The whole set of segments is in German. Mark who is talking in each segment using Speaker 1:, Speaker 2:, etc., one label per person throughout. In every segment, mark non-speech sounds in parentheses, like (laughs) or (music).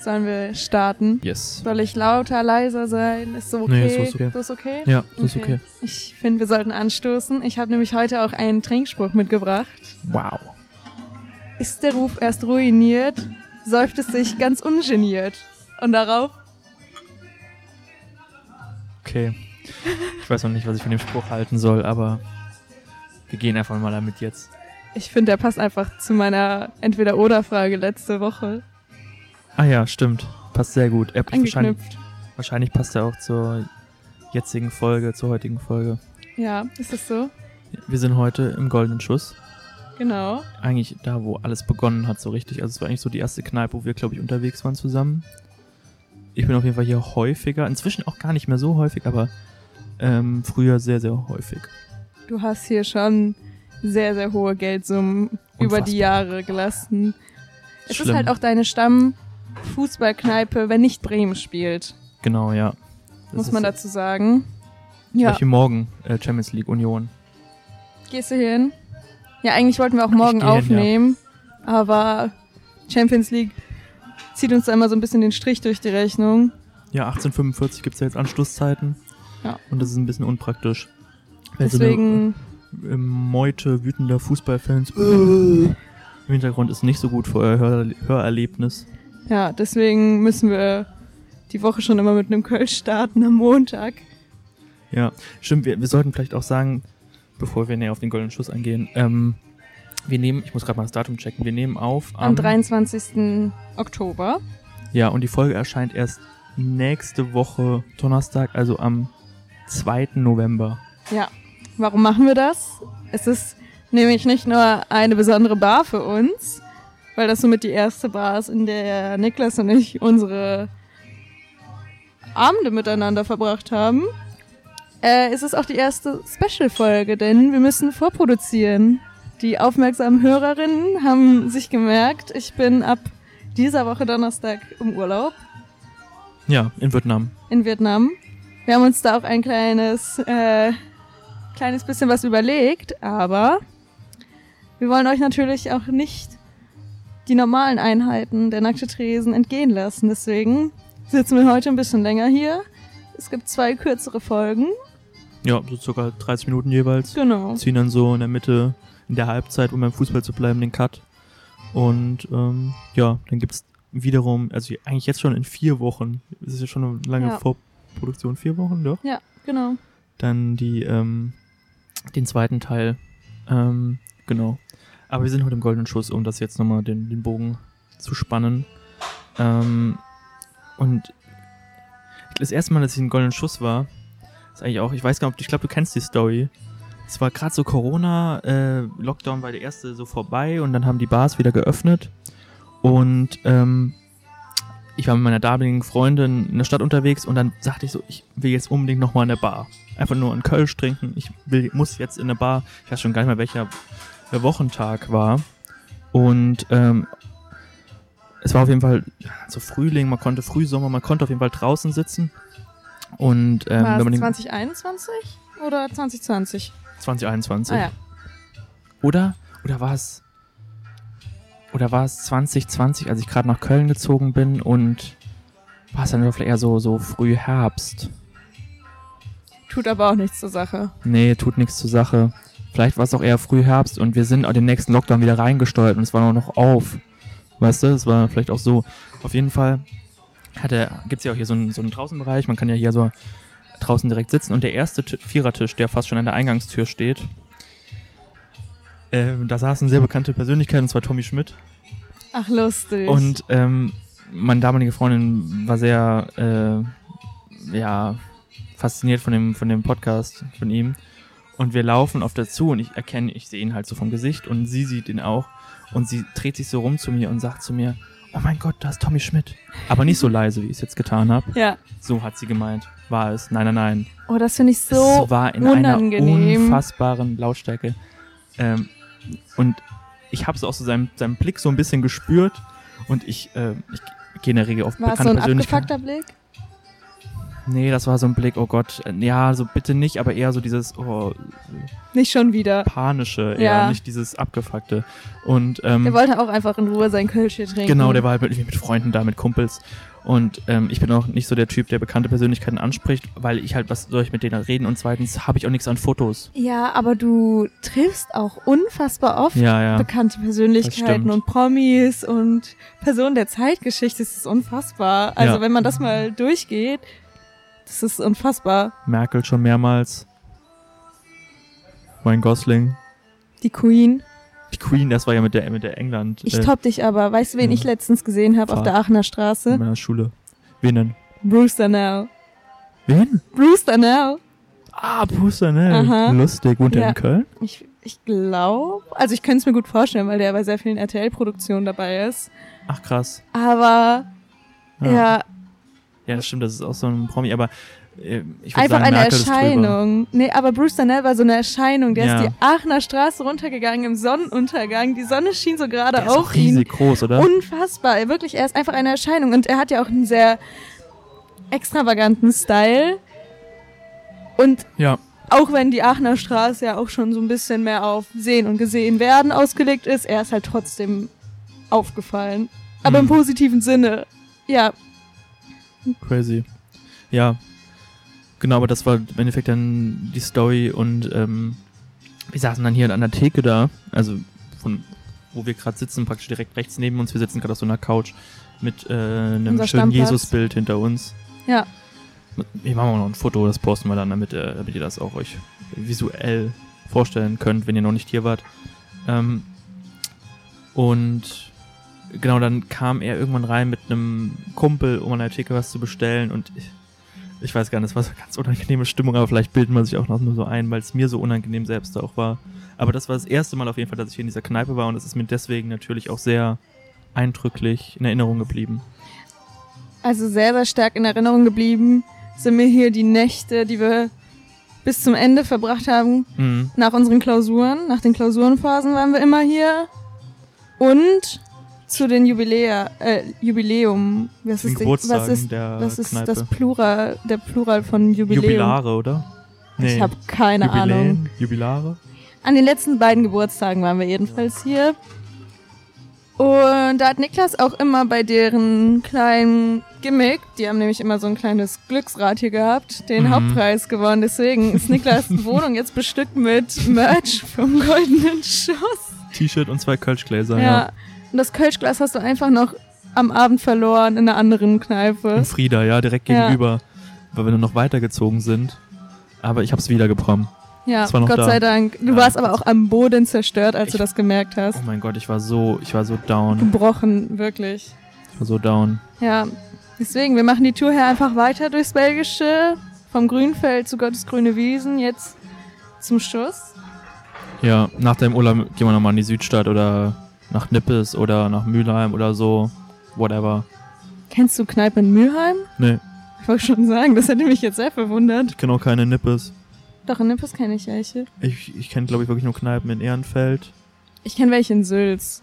Speaker 1: Sollen wir starten?
Speaker 2: Yes.
Speaker 1: Soll ich lauter, leiser sein? Ist so okay?
Speaker 2: Nee, so ist okay.
Speaker 1: So ist okay?
Speaker 2: Ja, das ist okay.
Speaker 1: Ich finde, wir sollten anstoßen. Ich habe nämlich heute auch einen Trinkspruch mitgebracht.
Speaker 2: Wow.
Speaker 1: Ist der Ruf erst ruiniert, säuft es sich ganz ungeniert. Und darauf,
Speaker 2: Okay. Ich weiß noch nicht, was ich von dem Spruch halten soll, aber wir gehen einfach mal damit jetzt.
Speaker 1: ich finde, der passt einfach zu meiner Entweder-Oder-Frage letzte Woche
Speaker 2: Ah ja, stimmt. Passt sehr gut. Er, wahrscheinlich,
Speaker 1: angeknüpft.
Speaker 2: wahrscheinlich passt er auch zur jetzigen Folge, zur heutigen Folge.
Speaker 1: Ja, ist das so?
Speaker 2: Wir sind heute im Goldenen Schuss.
Speaker 1: Genau.
Speaker 2: Eigentlich da, wo alles begonnen hat, so richtig. Also es war eigentlich so die erste Kneipe, wo wir, glaube ich, unterwegs waren zusammen. Ich bin auf jeden Fall hier häufiger. Inzwischen auch gar nicht mehr so häufig, aber ähm, früher sehr, sehr häufig.
Speaker 1: Du hast hier schon sehr, sehr hohe Geldsummen über die
Speaker 2: Unfassbar.
Speaker 1: Jahre gelassen. Es ist
Speaker 2: Schlimm.
Speaker 1: halt auch deine Stammfußballkneipe, wenn nicht Bremen spielt,
Speaker 2: Genau, ja. Das
Speaker 1: muss
Speaker 2: ist
Speaker 1: man
Speaker 2: so-
Speaker 1: dazu sagen.
Speaker 2: Ja.
Speaker 1: Ja,
Speaker 2: Gleich wie morgen äh, Champions League Union.
Speaker 1: gehst du hier hin? Ja, eigentlich wollten wir auch morgen
Speaker 2: geh hin, ja.
Speaker 1: aufnehmen, aber Champions League zieht uns da immer so ein bisschen den Strich durch die Rechnung.
Speaker 2: Ja, 1845 gibt es ja jetzt Anschlusszeiten.
Speaker 1: Ja.
Speaker 2: Und das ist ein bisschen unpraktisch. Weil
Speaker 1: Deswegen,
Speaker 2: So eine äh, Meute wütender Fußballfans äh,
Speaker 1: (laughs)
Speaker 2: im Hintergrund ist nicht so gut für euer Hör Hörerlebnis.
Speaker 1: ja, deswegen müssen wir die Woche schon immer mit einem Kölsch starten am Montag.
Speaker 2: Ja, stimmt. Wir, wir sollten vielleicht auch sagen, bevor wir näher auf den goldenen Schuss eingehen, ähm, wir nehmen, ich muss gerade mal das Datum checken, wir nehmen auf
Speaker 1: Am 23. Oktober.
Speaker 2: Ja, und die Folge erscheint erst nächste Woche Donnerstag, also am 2. November.
Speaker 1: Warum machen wir das? Es ist nämlich nicht nur eine besondere Bar für uns, weil das somit die erste Bar ist, in der Niklas und ich unsere Abende miteinander verbracht haben. Äh, es ist auch die erste Special-Folge, denn wir müssen vorproduzieren. Die aufmerksamen Hörerinnen haben sich gemerkt, ich bin ab dieser Woche Donnerstag im Urlaub
Speaker 2: Ja, in Vietnam.
Speaker 1: in Vietnam. Wir haben uns da auch ein kleines, äh, kleines bisschen was überlegt, aber wir wollen euch natürlich auch nicht die normalen Einheiten der nackte Tresen entgehen lassen. Deswegen sitzen wir heute ein bisschen länger hier. Es gibt zwei kürzere Folgen.
Speaker 2: Ja, so circa 30 Minuten jeweils.
Speaker 1: Genau.
Speaker 2: Ziehen dann so in der Mitte, in der Halbzeit, um beim Fußball zu bleiben, den Cut. Und ähm, ja, dann gibt's wiederum, also eigentlich jetzt schon in vier Wochen, es ist ja schon eine lange
Speaker 1: Ja.
Speaker 2: Vorproduktion, vier Wochen, doch?
Speaker 1: Ja, genau.
Speaker 2: Ähm, Dann die, ähm, den zweiten Teil. Ähm, genau. Aber wir sind heute im goldenen Schuss, um das jetzt nochmal den, den Bogen zu spannen. Ähm, und das erste Mal, dass ich in goldenen Schuss war, ist eigentlich auch, ich weiß gar nicht, ob du- ich glaube, du kennst die Story. Es war gerade so Corona, äh, Lockdown war der erste so vorbei und dann haben die Bars wieder geöffnet. Und ähm, ich war mit meiner damaligen Freundin in der Stadt unterwegs und dann sagte ich so, ich will jetzt unbedingt nochmal in der Bar. Einfach nur einen Kölsch trinken. Ich will, muss jetzt in der Bar. Ich weiß schon gar nicht mehr, welcher der Wochentag war. Und ähm, es war auf jeden Fall ja, so Frühling, man konnte Frühsommer, man konnte auf jeden Fall draußen sitzen. Und ähm,
Speaker 1: War
Speaker 2: wenn man
Speaker 1: es
Speaker 2: den
Speaker 1: 2021 oder 2020?
Speaker 2: 2021.
Speaker 1: Ah ja,
Speaker 2: Oder? Oder war es. Oder war es 2020, als ich gerade nach Köln gezogen bin und war es dann vielleicht eher so, so früh Herbst?
Speaker 1: tut aber auch nichts zur Sache.
Speaker 2: Nee, tut nichts zur Sache. Vielleicht war es auch eher früh Herbst und wir sind auch den nächsten Lockdown wieder reingesteuert und es war nur noch auf. Weißt du, es war vielleicht auch so. Auf jeden Fall hat er, gibt's ja auch hier so einen, so einen Draußenbereich. Man kann ja hier so draußen direkt sitzen und der erste Ti- Vierertisch, der fast schon an der Eingangstür steht, ähm, da saßen sehr bekannte Persönlichkeiten, und zwar Tommy Schmidt.
Speaker 1: Ach, lustig.
Speaker 2: Und ähm, meine damalige Freundin war sehr, äh, ja, fasziniert von dem, von dem Podcast von ihm. Und wir laufen auf dazu und ich erkenne, ich sehe ihn halt so vom Gesicht und sie sieht ihn auch. Und sie dreht sich so rum zu mir und sagt zu mir, oh mein Gott, da ist Tommy Schmidt. Aber nicht so leise, wie ich es jetzt getan habe.
Speaker 1: ja.
Speaker 2: So hat sie gemeint. War es. Nein, nein, nein.
Speaker 1: Oh, das finde ich so.
Speaker 2: es war in einer
Speaker 1: unangenehm.
Speaker 2: unfassbaren Lautstärke. Ähm, und ich habe es auch so seinem, seinem Blick so ein bisschen gespürt. Und ich, äh, ich gehe in der Regel auf
Speaker 1: War es so
Speaker 2: bekannte
Speaker 1: ein
Speaker 2: Persönlichkeiten.
Speaker 1: abgefuckter Blick?
Speaker 2: Nee, das war so ein Blick, oh Gott, äh, ja, so bitte nicht, aber eher so dieses oh,
Speaker 1: Nicht schon wieder.
Speaker 2: panische, eher
Speaker 1: Ja.
Speaker 2: nicht dieses abgefuckte. Und
Speaker 1: Der
Speaker 2: ähm,
Speaker 1: wollte auch einfach in Ruhe sein Kölsch hier trinken.
Speaker 2: genau, der war halt irgendwie mit Freunden da, mit Kumpels. Und ähm, ich bin auch nicht so der Typ, der bekannte Persönlichkeiten anspricht, weil ich halt, was soll ich mit denen reden? Und zweitens habe ich auch nichts an Fotos.
Speaker 1: Ja, aber du triffst auch unfassbar oft
Speaker 2: Ja, ja.
Speaker 1: bekannte
Speaker 2: das
Speaker 1: Persönlichkeiten
Speaker 2: stimmt.
Speaker 1: und Promis und Personen der Zeitgeschichte. Das ist unfassbar. Also
Speaker 2: Ja.
Speaker 1: wenn man das mal durchgeht, das ist unfassbar.
Speaker 2: Merkel schon mehrmals. Ryan Gosling.
Speaker 1: Die Queen.
Speaker 2: Die Queen, das war ja mit der, mit der England äh,
Speaker 1: Ich top dich aber. Weißt du, wen
Speaker 2: ja.
Speaker 1: ich letztens gesehen habe auf
Speaker 2: Fuck.
Speaker 1: der Aachener
Speaker 2: in
Speaker 1: Straße?
Speaker 2: meiner Schule. Wen denn?
Speaker 1: Brewster Now.
Speaker 2: Wen?
Speaker 1: Brewster Now.
Speaker 2: Ah, Brewster, ne?
Speaker 1: Aha.
Speaker 2: Lustig. Wohnt er
Speaker 1: Ja.
Speaker 2: in Köln?
Speaker 1: Ich, ich glaube, also ich könnte es mir gut vorstellen, weil der bei sehr vielen RTL-Produktionen dabei ist.
Speaker 2: Ach, krass.
Speaker 1: Aber ja,
Speaker 2: Ja, das stimmt, das ist auch so ein Promi, aber äh, ich würde
Speaker 1: einfach
Speaker 2: sagen,
Speaker 1: eine
Speaker 2: Merkel ist drüber.
Speaker 1: Erscheinung. Nee, aber Bruce Danell war so eine Erscheinung. Der
Speaker 2: Ja.
Speaker 1: ist die Aachener Straße runtergegangen im Sonnenuntergang. Die Sonne schien so gerade
Speaker 2: Der ist
Speaker 1: auf
Speaker 2: auch
Speaker 1: ihn.
Speaker 2: riesig groß, oder?
Speaker 1: Unfassbar. Er wirklich, er ist einfach eine Erscheinung. Und er hat ja auch einen sehr extravaganten Style. Und
Speaker 2: ja.
Speaker 1: auch wenn die Aachener Straße ja auch schon so ein bisschen mehr auf Sehen und Gesehen werden ausgelegt ist, er ist halt trotzdem aufgefallen. Aber
Speaker 2: Mhm.
Speaker 1: im positiven Sinne. Ja,
Speaker 2: Crazy. Ja. Genau, aber das war im Endeffekt dann die Story und ähm, wir saßen dann hier an der Theke da, also von wo wir gerade sitzen, praktisch direkt rechts neben uns. Wir sitzen gerade auf so einer Couch mit äh, einem
Speaker 1: Unser
Speaker 2: schönen
Speaker 1: Stammplatz.
Speaker 2: Jesusbild hinter uns.
Speaker 1: Ja.
Speaker 2: Wir machen auch noch ein Foto, das posten wir dann, damit, äh, damit ihr das auch euch visuell vorstellen könnt, wenn ihr noch nicht hier wart. Ähm, und genau, dann kam er irgendwann rein mit einem Kumpel, um an der Theke was zu bestellen und ich, ich weiß gar nicht, es war so eine ganz unangenehme Stimmung, aber vielleicht bildet man sich auch noch nur so ein, weil es mir so unangenehm selbst auch war. Aber das war das erste Mal auf jeden Fall, dass ich hier in dieser Kneipe war und es ist mir deswegen natürlich auch sehr eindrücklich in Erinnerung geblieben.
Speaker 1: also sehr, sehr stark in Erinnerung geblieben sind mir hier die Nächte, die wir bis zum Ende verbracht haben.
Speaker 2: Mhm.
Speaker 1: Nach unseren Klausuren, nach den Klausurenphasen waren wir immer hier. Und zu den Jubiläa, äh, Jubiläum. Was
Speaker 2: Den
Speaker 1: ist, die-
Speaker 2: Geburtstagen
Speaker 1: was ist,
Speaker 2: der
Speaker 1: was ist
Speaker 2: Kneipe.
Speaker 1: das Plural, der Plural von Jubiläum?
Speaker 2: Jubilare, oder?
Speaker 1: Ich habe keine Ahnung.
Speaker 2: Jubiläen, Jubilare?
Speaker 1: An den letzten beiden Geburtstagen waren wir jedenfalls hier. Und da hat Niklas auch immer bei deren kleinen Gimmick, die haben nämlich immer so ein kleines Glücksrad hier gehabt, den
Speaker 2: Mhm.
Speaker 1: Hauptpreis gewonnen. Deswegen ist
Speaker 2: (laughs)
Speaker 1: Niklas Wohnung jetzt bestückt mit Merch vom Goldenen Schuss.
Speaker 2: T-Shirt und zwei Kölschgläser,
Speaker 1: Ja.
Speaker 2: ja.
Speaker 1: Und das Kölschglas hast du einfach noch am Abend verloren in einer anderen Kneipe.
Speaker 2: In Frieda, ja, direkt
Speaker 1: Ja.
Speaker 2: gegenüber, weil wir nur noch weitergezogen sind. Aber ich hab's wieder geprommt.
Speaker 1: Ja,
Speaker 2: das war noch
Speaker 1: Gott
Speaker 2: da.
Speaker 1: sei Dank. Du
Speaker 2: Ja.
Speaker 1: warst aber auch am Boden zerstört, als du
Speaker 2: Ich-
Speaker 1: das gemerkt hast.
Speaker 2: Oh mein Gott, ich war so, ich war so down.
Speaker 1: Gebrochen, wirklich.
Speaker 2: Ich war so down.
Speaker 1: Ja, deswegen, wir machen die Tour hier einfach weiter durchs Belgische, vom Grünfeld zu Gottes grüne Wiesen, jetzt zum Schuss.
Speaker 2: Ja, nach dem Urlaub gehen wir nochmal in die Südstadt oder nach Nippes oder nach Mülheim oder so. Whatever.
Speaker 1: Kennst du Kneipe in Mülheim?
Speaker 2: Nee,
Speaker 1: Ich wollte schon sagen, das hätte mich jetzt sehr verwundert.
Speaker 2: ich kenne auch keine Nippes.
Speaker 1: Doch, in Nippes kenne ich welche.
Speaker 2: Ich, ich kenne, glaube ich, wirklich nur Kneipen in Ehrenfeld.
Speaker 1: Ich kenne welche in Sülz.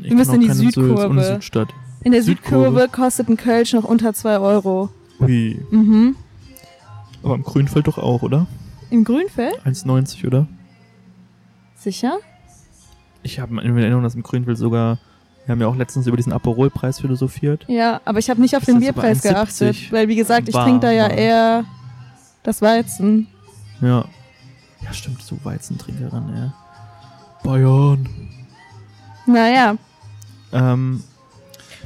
Speaker 2: Ich
Speaker 1: müssen
Speaker 2: kenn auch
Speaker 1: in die
Speaker 2: keine Sülz
Speaker 1: Südkurve.
Speaker 2: Und Südstadt.
Speaker 1: In der
Speaker 2: Südkurve.
Speaker 1: Südkurve, kostet ein Kölsch noch unter 2 Euro.
Speaker 2: Ui.
Speaker 1: Mhm.
Speaker 2: Aber im Grünfeld doch auch, oder?
Speaker 1: Im Grünfeld?
Speaker 2: 1,90, oder?
Speaker 1: Sicher?
Speaker 2: Ich habe in Erinnerung, dass im Grünfeld sogar, wir haben ja auch letztens über diesen Aperol-Preis philosophiert.
Speaker 1: Ja, aber ich habe nicht auf
Speaker 2: Das
Speaker 1: den
Speaker 2: ist aber
Speaker 1: Bierpreis
Speaker 2: 1,70.
Speaker 1: geachtet, weil wie gesagt, ich
Speaker 2: War-
Speaker 1: trinke da ja
Speaker 2: war-
Speaker 1: eher das Weizen.
Speaker 2: Ja. Ja, stimmt, so Weizentrinkerin, ja. Bayern.
Speaker 1: Naja,
Speaker 2: Ähm,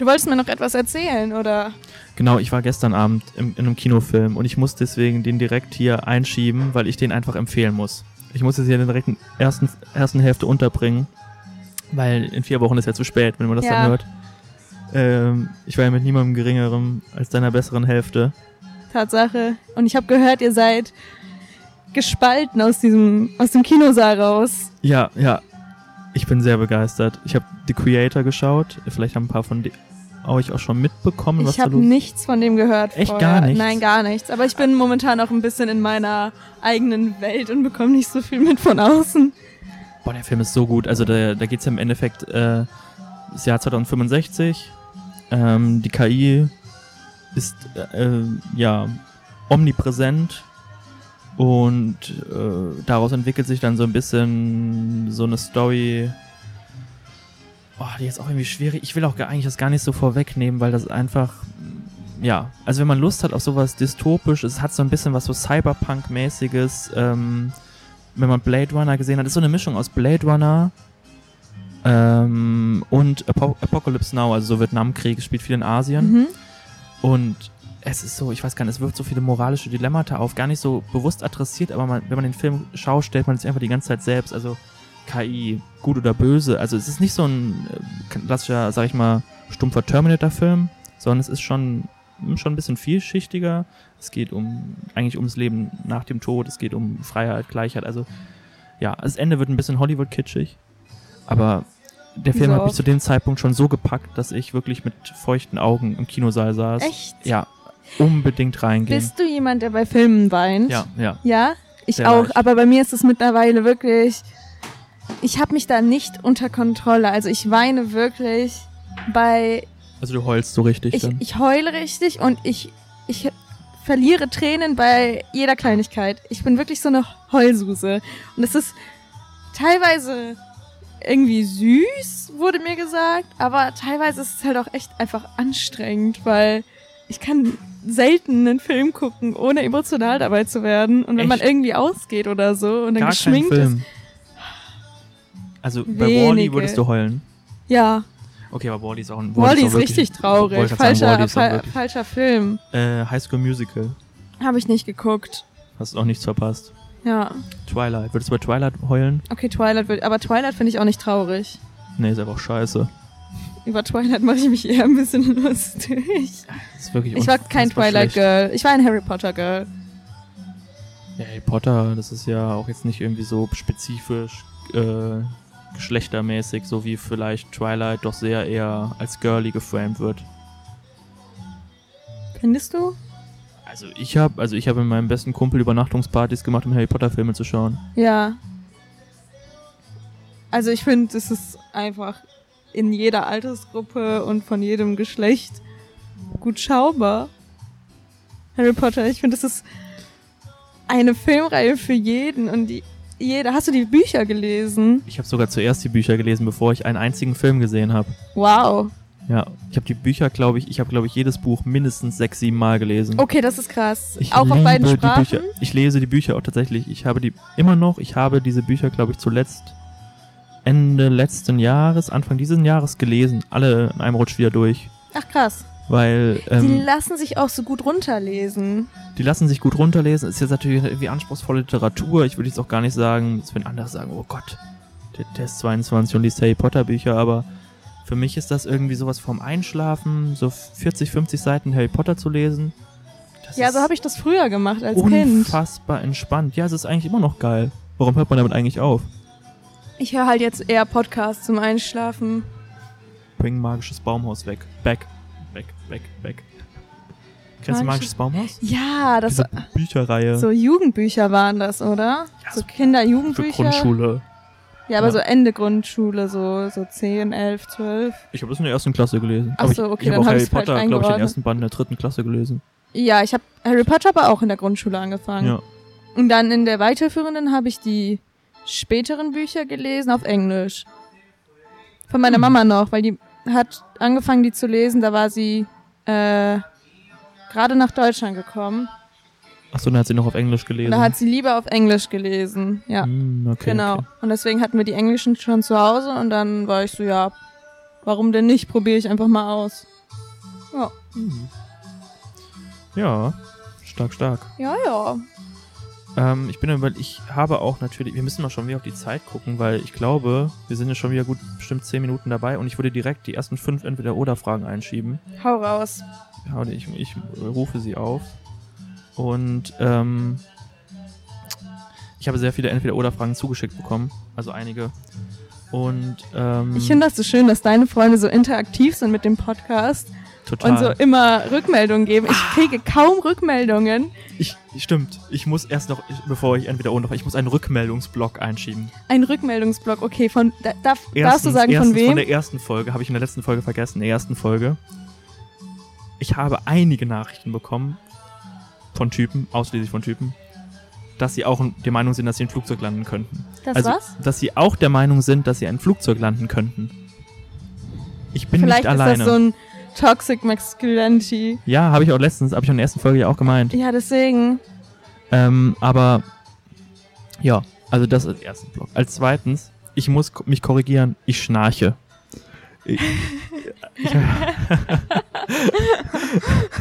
Speaker 1: du wolltest mir noch etwas erzählen, oder?
Speaker 2: genau, ich war gestern Abend im, in einem Kinofilm und ich muss deswegen den direkt hier einschieben, weil ich den einfach empfehlen muss. Ich muss jetzt hier den direkten ersten, ersten Hälfte unterbringen, weil in vier Wochen ist ja zu spät, wenn man das
Speaker 1: Ja.
Speaker 2: dann hört. Ähm, ich war ja mit niemandem geringerem als deiner besseren Hälfte.
Speaker 1: Tatsache. Und ich habe gehört, ihr seid gespalten aus diesem aus dem Kinosaal raus.
Speaker 2: Ja, ja. Ich bin sehr begeistert. Ich habe The Creator geschaut. Vielleicht haben ein paar von di- euch auch schon mitbekommen, Hm, was
Speaker 1: Ich
Speaker 2: da
Speaker 1: habe
Speaker 2: los
Speaker 1: nichts von dem gehört.
Speaker 2: Echt
Speaker 1: vorher.
Speaker 2: gar nichts?
Speaker 1: Nein, gar nichts. Aber ich bin momentan auch ein bisschen in meiner eigenen Welt und bekomme nicht so viel mit von außen.
Speaker 2: Boah, der Film ist so gut. Also da, da geht es ja im Endeffekt äh, das Jahr 2065. Ähm, die KI ist äh, äh, ja omnipräsent und äh, daraus entwickelt sich dann so ein bisschen so eine Story. Oh, die ist auch irgendwie schwierig. Ich will auch gar, eigentlich das gar nicht so vorwegnehmen, weil das einfach, ja, also wenn man Lust hat auf sowas dystopisch, es hat so ein bisschen was so Cyberpunk-mäßiges, ähm, wenn man Blade Runner gesehen hat, ist so eine Mischung aus Blade Runner ähm, und Apo Apocalypse Now, also so Vietnamkrieg, spielt viel in Asien.
Speaker 1: Mhm.
Speaker 2: Und es ist so, ich weiß gar nicht, es wirft so viele moralische Dilemmata auf, gar nicht so bewusst adressiert, aber man, wenn man den Film schaut, stellt man sich einfach die ganze Zeit selbst, also KI, gut oder böse. Also es ist nicht so ein äh, klassischer, sag ich mal, stumpfer Terminator-Film, sondern es ist schon, hm, schon ein bisschen vielschichtiger. Es geht um eigentlich ums Leben nach dem Tod, es geht um Freiheit, Gleichheit. Also ja, das Ende wird ein bisschen Hollywood-kitschig, aber der
Speaker 1: Wie
Speaker 2: Film
Speaker 1: so
Speaker 2: hat mich
Speaker 1: oft.
Speaker 2: zu dem Zeitpunkt schon so gepackt, dass ich wirklich mit feuchten Augen im Kinosaal saß.
Speaker 1: Echt?
Speaker 2: Ja, unbedingt reingehen.
Speaker 1: Bist du jemand, der bei Filmen weint?
Speaker 2: ja, ja.
Speaker 1: Ja, ich
Speaker 2: Sehr
Speaker 1: auch.
Speaker 2: leicht.
Speaker 1: Aber bei mir ist es mittlerweile wirklich. Ich habe mich da nicht unter Kontrolle. Also ich weine wirklich bei.
Speaker 2: Also du heulst so richtig
Speaker 1: Ich,
Speaker 2: dann.
Speaker 1: ich heule richtig und ich, ich verliere Tränen bei jeder Kleinigkeit. Ich bin wirklich so eine Heulsuse. Und es ist teilweise irgendwie süß, wurde mir gesagt, aber teilweise ist es halt auch echt einfach anstrengend, weil ich kann selten einen Film gucken, ohne emotional dabei zu werden. Und wenn man
Speaker 2: Echt?
Speaker 1: irgendwie ausgeht oder so und dann
Speaker 2: Gar kein
Speaker 1: geschminkt ist.
Speaker 2: Film. Also bei
Speaker 1: Wenige.
Speaker 2: Wally würdest du heulen.
Speaker 1: Ja,
Speaker 2: Okay, aber Wally ist auch ein
Speaker 1: Wally
Speaker 2: auch
Speaker 1: ist
Speaker 2: wirklich-
Speaker 1: richtig traurig.
Speaker 2: Wollte gerade sagen,
Speaker 1: Falscher,
Speaker 2: Wall-E ist auch
Speaker 1: fa
Speaker 2: wirklich-
Speaker 1: falscher Film.
Speaker 2: Äh, High School Musical.
Speaker 1: Habe ich nicht geguckt.
Speaker 2: Hast auch nichts verpasst.
Speaker 1: Ja.
Speaker 2: Twilight. Würdest du bei Twilight heulen?
Speaker 1: Okay, Twilight wird. Aber Twilight finde ich auch nicht traurig.
Speaker 2: Nee, ist aber auch scheiße.
Speaker 1: Über Twilight mache ich mich eher ein bisschen (laughs) lustig.
Speaker 2: Ist wirklich
Speaker 1: Ich war kein
Speaker 2: unfassbar schlecht.
Speaker 1: Twilight-Girl. Ich war ein Harry Potter-Girl.
Speaker 2: Ja, Harry Potter, das ist ja auch jetzt nicht irgendwie so spezifisch äh, geschlechtermäßig, so wie vielleicht Twilight doch sehr eher als girly geframed wird.
Speaker 1: Findest du?
Speaker 2: Also ich habe also ich habe mit meinem besten Kumpel Übernachtungspartys gemacht, um Harry Potter Filme zu schauen.
Speaker 1: Ja. Also ich finde, es ist einfach in jeder Altersgruppe und von jedem Geschlecht gut schaubar. Harry Potter, ich finde, es ist eine Filmreihe für jeden und die, jeder. Hast du die Bücher gelesen?
Speaker 2: Ich habe sogar zuerst die Bücher gelesen, bevor ich einen einzigen Film gesehen habe.
Speaker 1: Wow.
Speaker 2: Ja, ich habe die Bücher, glaube ich, ich habe glaube ich jedes Buch mindestens sechs, sieben Mal gelesen.
Speaker 1: Okay, das ist krass.
Speaker 2: Ich
Speaker 1: Auch auf
Speaker 2: liebe
Speaker 1: beiden
Speaker 2: die
Speaker 1: Sprachen.
Speaker 2: Bücher. Ich lese die Bücher auch tatsächlich. Ich habe die immer noch. Ich habe diese Bücher, glaube ich, zuletzt Ende letzten Jahres, Anfang dieses Jahres gelesen. Alle in einem Rutsch wieder durch.
Speaker 1: Ach krass.
Speaker 2: Weil
Speaker 1: die
Speaker 2: ähm,
Speaker 1: lassen sich auch so gut runterlesen.
Speaker 2: die lassen sich gut runterlesen. Ist jetzt natürlich irgendwie anspruchsvolle Literatur. Ich würde jetzt auch gar nicht sagen, jetzt wenn andere sagen, oh Gott, der, der ist 22 und liest Harry Potter Bücher, aber für mich ist das irgendwie sowas vom Einschlafen, so 40, 50 Seiten Harry Potter zu lesen. Das
Speaker 1: Ja, so
Speaker 2: ist-
Speaker 1: habe ich das früher gemacht als Kind.
Speaker 2: unfassbar entspannt. Ja, es ist eigentlich immer noch geil. Warum hört man damit eigentlich auf?
Speaker 1: Ich höre halt jetzt eher Podcasts zum Einschlafen.
Speaker 2: Bring magisches Baumhaus weg. Back, back, back, back. Kennst du
Speaker 1: Magisches-
Speaker 2: magisches Baumhaus?
Speaker 1: Ja, das
Speaker 2: Diese Bücherreihe
Speaker 1: so Jugendbücher waren das, oder?
Speaker 2: Ja,
Speaker 1: so
Speaker 2: so für
Speaker 1: Kinder-Jugendbücher.
Speaker 2: Grundschule.
Speaker 1: Ja, aber
Speaker 2: Ja.
Speaker 1: so Ende Grundschule, so, so 10, 11, 12.
Speaker 2: Ich habe das in der ersten Klasse gelesen.
Speaker 1: Ach
Speaker 2: Aber
Speaker 1: so, okay,
Speaker 2: ich, ich
Speaker 1: dann
Speaker 2: habe auch
Speaker 1: hab
Speaker 2: Harry
Speaker 1: ich's falsch
Speaker 2: Potter, glaube ich, den
Speaker 1: eingeordnet.
Speaker 2: ersten Band in der dritten Klasse gelesen.
Speaker 1: Ja, ich habe Harry Potter aber auch in der Grundschule angefangen.
Speaker 2: Ja.
Speaker 1: Und dann in der weiterführenden habe ich die späteren Bücher gelesen auf Englisch. Von meiner
Speaker 2: Hm.
Speaker 1: Mama noch, weil die hat angefangen, die zu lesen. Da war sie äh, gerade nach Deutschland gekommen.
Speaker 2: Achso, dann hat sie noch auf Englisch gelesen.
Speaker 1: Und da hat sie lieber auf Englisch gelesen. Ja.
Speaker 2: Hm, okay,
Speaker 1: genau.
Speaker 2: Okay.
Speaker 1: Und deswegen hatten wir die Englischen schon zu Hause und dann war ich so, ja, warum denn nicht? Probiere ich einfach mal aus. Ja,
Speaker 2: Hm. Ja, stark, stark.
Speaker 1: ja, ja.
Speaker 2: Ähm, ich bin über, ich habe auch natürlich, wir müssen mal schon wieder auf die Zeit gucken, weil ich glaube, wir sind ja schon wieder gut bestimmt 10 Minuten dabei und ich würde direkt die ersten fünf Entweder-Oder-Fragen einschieben.
Speaker 1: Hau raus.
Speaker 2: Ja, und Ich, ich rufe sie auf und ähm, ich habe sehr viele Entweder-Oder-Fragen zugeschickt bekommen, also einige. Und ähm,
Speaker 1: Ich finde das so schön, dass deine Freunde so interaktiv sind mit dem Podcast
Speaker 2: total. Ah.
Speaker 1: und so immer Rückmeldungen geben. Ich kriege kaum Rückmeldungen.
Speaker 2: ich, stimmt, ich muss erst noch, ich, bevor ich entweder oder noch, ich muss einen Rückmeldungsblock einschieben.
Speaker 1: Ein Rückmeldungsblock, okay, von da, darf,
Speaker 2: Erstens,
Speaker 1: darfst du sagen,
Speaker 2: erstens
Speaker 1: von wem?
Speaker 2: Von der ersten Folge, habe ich in der letzten Folge vergessen, in der ersten Folge. Ich habe einige Nachrichten bekommen von Typen, ausschließlich von Typen, dass sie auch der Meinung sind, dass sie ein Flugzeug landen könnten.
Speaker 1: Das
Speaker 2: also,
Speaker 1: was?
Speaker 2: dass sie auch der Meinung sind, dass sie ein Flugzeug landen könnten. Ich bin
Speaker 1: Vielleicht
Speaker 2: nicht
Speaker 1: ist
Speaker 2: alleine.
Speaker 1: das so ein Toxic Masculinity.
Speaker 2: ja, habe ich auch letztens, habe ich auch in der ersten Folge ja auch gemeint.
Speaker 1: Ja, deswegen.
Speaker 2: Ähm, aber ja, also das als ersten Block. Als zweitens, ich muss ko- mich korrigieren, ich schnarche. Ich, ich, (laughs)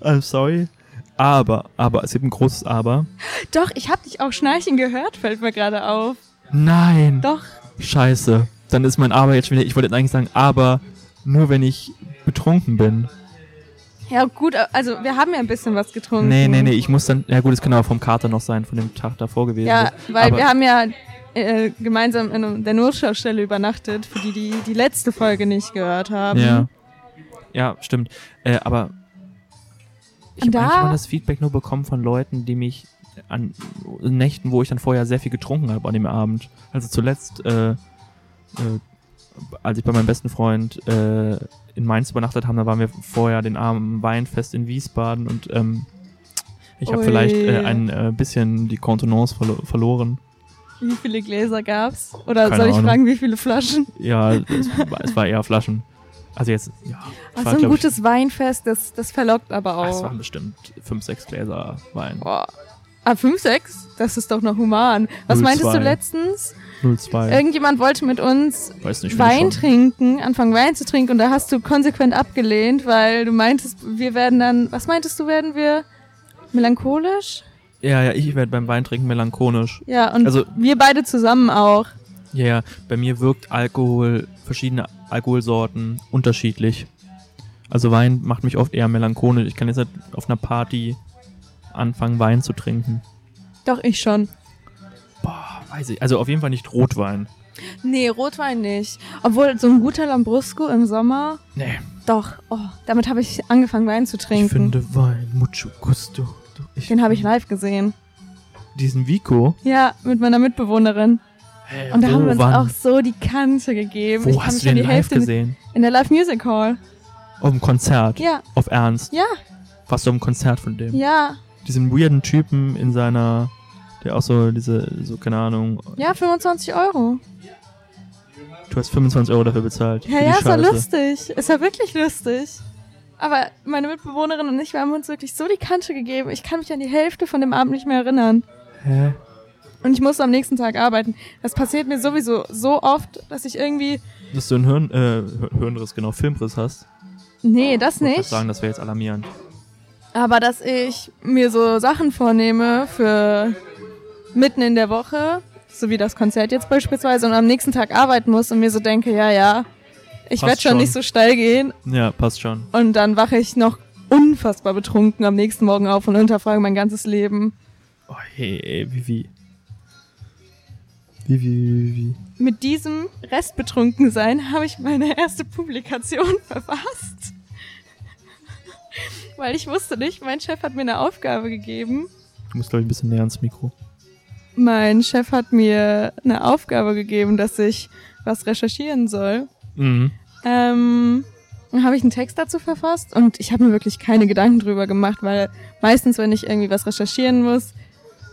Speaker 2: I'm sorry. Aber, aber, es gibt ein großes Aber.
Speaker 1: Doch, ich habe dich auch schnarchen gehört, fällt mir gerade auf.
Speaker 2: Nein!
Speaker 1: Doch,
Speaker 2: Scheiße. Dann ist mein Aber jetzt schon wieder, ich wollte jetzt eigentlich sagen, aber nur wenn ich betrunken bin.
Speaker 1: ja gut, also wir haben ja ein bisschen was getrunken.
Speaker 2: Nee, nee, nee, ich muss dann, ja gut, es kann aber vom Kater noch sein, von dem Tag davor gewesen.
Speaker 1: Ja,
Speaker 2: ist.
Speaker 1: weil
Speaker 2: aber,
Speaker 1: wir haben ja äh, gemeinsam in der Notschaustelle übernachtet, für die, die die letzte Folge nicht gehört haben.
Speaker 2: Ja. Ja, stimmt. Äh, aber ich
Speaker 1: Und
Speaker 2: habe eigentlich
Speaker 1: da-
Speaker 2: immer das Feedback nur bekommen von Leuten, die mich an Nächten, wo ich dann vorher sehr viel getrunken habe an dem Abend. Also zuletzt, äh, äh, als ich bei meinem besten Freund äh, in Mainz übernachtet haben, da waren wir vorher den armen Weinfest in Wiesbaden und ähm, ich habe
Speaker 1: Ui.
Speaker 2: vielleicht äh, ein äh, bisschen die Kontenance verlo verloren.
Speaker 1: Wie viele Gläser gab's? Oder
Speaker 2: Keine
Speaker 1: soll ich
Speaker 2: Ahnung.
Speaker 1: fragen, wie viele Flaschen?
Speaker 2: Ja, es, war- es war eher Flaschen. Also jetzt,
Speaker 1: (laughs)
Speaker 2: ja. es
Speaker 1: Oh,
Speaker 2: war,
Speaker 1: so ein
Speaker 2: glaub ich,
Speaker 1: gutes Weinfest, das, das verlockt aber
Speaker 2: Ach, es
Speaker 1: auch.
Speaker 2: waren bestimmt fünf, sechs Gläser Wein.
Speaker 1: Boah. Ah, 5, 6? Das ist doch noch human. Was
Speaker 2: Null
Speaker 1: meintest du
Speaker 2: zwei.
Speaker 1: letztens?
Speaker 2: 0,2.
Speaker 1: Irgendjemand wollte mit uns
Speaker 2: Weiß nicht, finde ich
Speaker 1: Wein
Speaker 2: schon.
Speaker 1: trinken, anfangen Wein zu trinken und da hast du konsequent abgelehnt, weil du meintest, wir werden dann, was meintest du, werden wir melancholisch?
Speaker 2: Ja, ja, ich werde beim Weintrinken melancholisch.
Speaker 1: Ja, und
Speaker 2: Also-
Speaker 1: wir beide zusammen auch.
Speaker 2: Ja, ja, bei mir wirkt Alkohol, verschiedene Alkoholsorten unterschiedlich. Also Wein macht mich oft eher melancholisch. Ich kann jetzt nicht auf einer Party anfangen, Wein zu trinken.
Speaker 1: Doch, ich schon.
Speaker 2: Boah, weiß ich. Also auf jeden Fall nicht Rotwein.
Speaker 1: Nee, Rotwein nicht. Obwohl, so ein guter Lambrusco im Sommer,
Speaker 2: Nee,
Speaker 1: doch, oh, damit habe ich angefangen, Wein zu trinken.
Speaker 2: ich finde Wein mucho gusto. Ich-
Speaker 1: Den habe ich live gesehen.
Speaker 2: Diesen Vico.
Speaker 1: Ja, mit meiner Mitbewohnerin.
Speaker 2: Hä,
Speaker 1: Und da
Speaker 2: wo,
Speaker 1: haben wir uns
Speaker 2: wann?
Speaker 1: auch so die Kante gegeben.
Speaker 2: Wo
Speaker 1: ich kann
Speaker 2: hast
Speaker 1: mich
Speaker 2: du den
Speaker 1: an die
Speaker 2: live
Speaker 1: Hälfte
Speaker 2: gesehen?
Speaker 1: In der Live Music Hall.
Speaker 2: Auf dem Konzert.
Speaker 1: Ja,
Speaker 2: Auf Ernst.
Speaker 1: ja,
Speaker 2: Warst du auf dem Konzert von dem?
Speaker 1: ja.
Speaker 2: diesen weirden Typen in seiner, der auch so diese, so keine Ahnung,
Speaker 1: Ja, 25 Euro.
Speaker 2: du hast 25 Euro dafür bezahlt.
Speaker 1: Ja,
Speaker 2: für die
Speaker 1: ja, es war
Speaker 2: Scheiße.
Speaker 1: lustig. Es war wirklich lustig. Aber meine Mitbewohnerin und ich, wir haben uns wirklich so die Kante gegeben. Ich kann mich an die Hälfte von dem Abend nicht mehr erinnern.
Speaker 2: Hä?
Speaker 1: Und ich musste am nächsten Tag arbeiten. Das passiert mir sowieso so oft, dass ich irgendwie.
Speaker 2: Dass du einen Hirn, äh, Hirnriss, genau, Filmriss hast.
Speaker 1: Nee, das
Speaker 2: Ich wollte grad
Speaker 1: nicht.
Speaker 2: sagen, das wäre jetzt alarmierend.
Speaker 1: Aber dass ich mir so Sachen vornehme für mitten in der Woche, so wie das Konzert jetzt beispielsweise, und am nächsten Tag arbeiten muss und mir so denke, ja, ja, ich
Speaker 2: Passt
Speaker 1: werde schon
Speaker 2: schon.
Speaker 1: nicht so steil gehen.
Speaker 2: Ja, passt schon.
Speaker 1: Und dann wache ich noch unfassbar betrunken am nächsten Morgen auf und hinterfrage mein ganzes Leben.
Speaker 2: Oh, hey, ey, Vivi. Vivi, Vivi, Vivi.
Speaker 1: Mit diesem Restbetrunkensein habe ich meine erste Publikation (laughs) verfasst. Weil ich wusste nicht, mein Chef hat mir eine Aufgabe gegeben.
Speaker 2: Du musst, glaube ich, ein bisschen näher ans Mikro.
Speaker 1: Mein Chef hat mir eine Aufgabe gegeben, dass ich was recherchieren soll.
Speaker 2: Mhm.
Speaker 1: Ähm, dann habe ich einen Text dazu verfasst und ich habe mir wirklich keine Gedanken drüber gemacht, weil meistens, wenn ich irgendwie was recherchieren muss,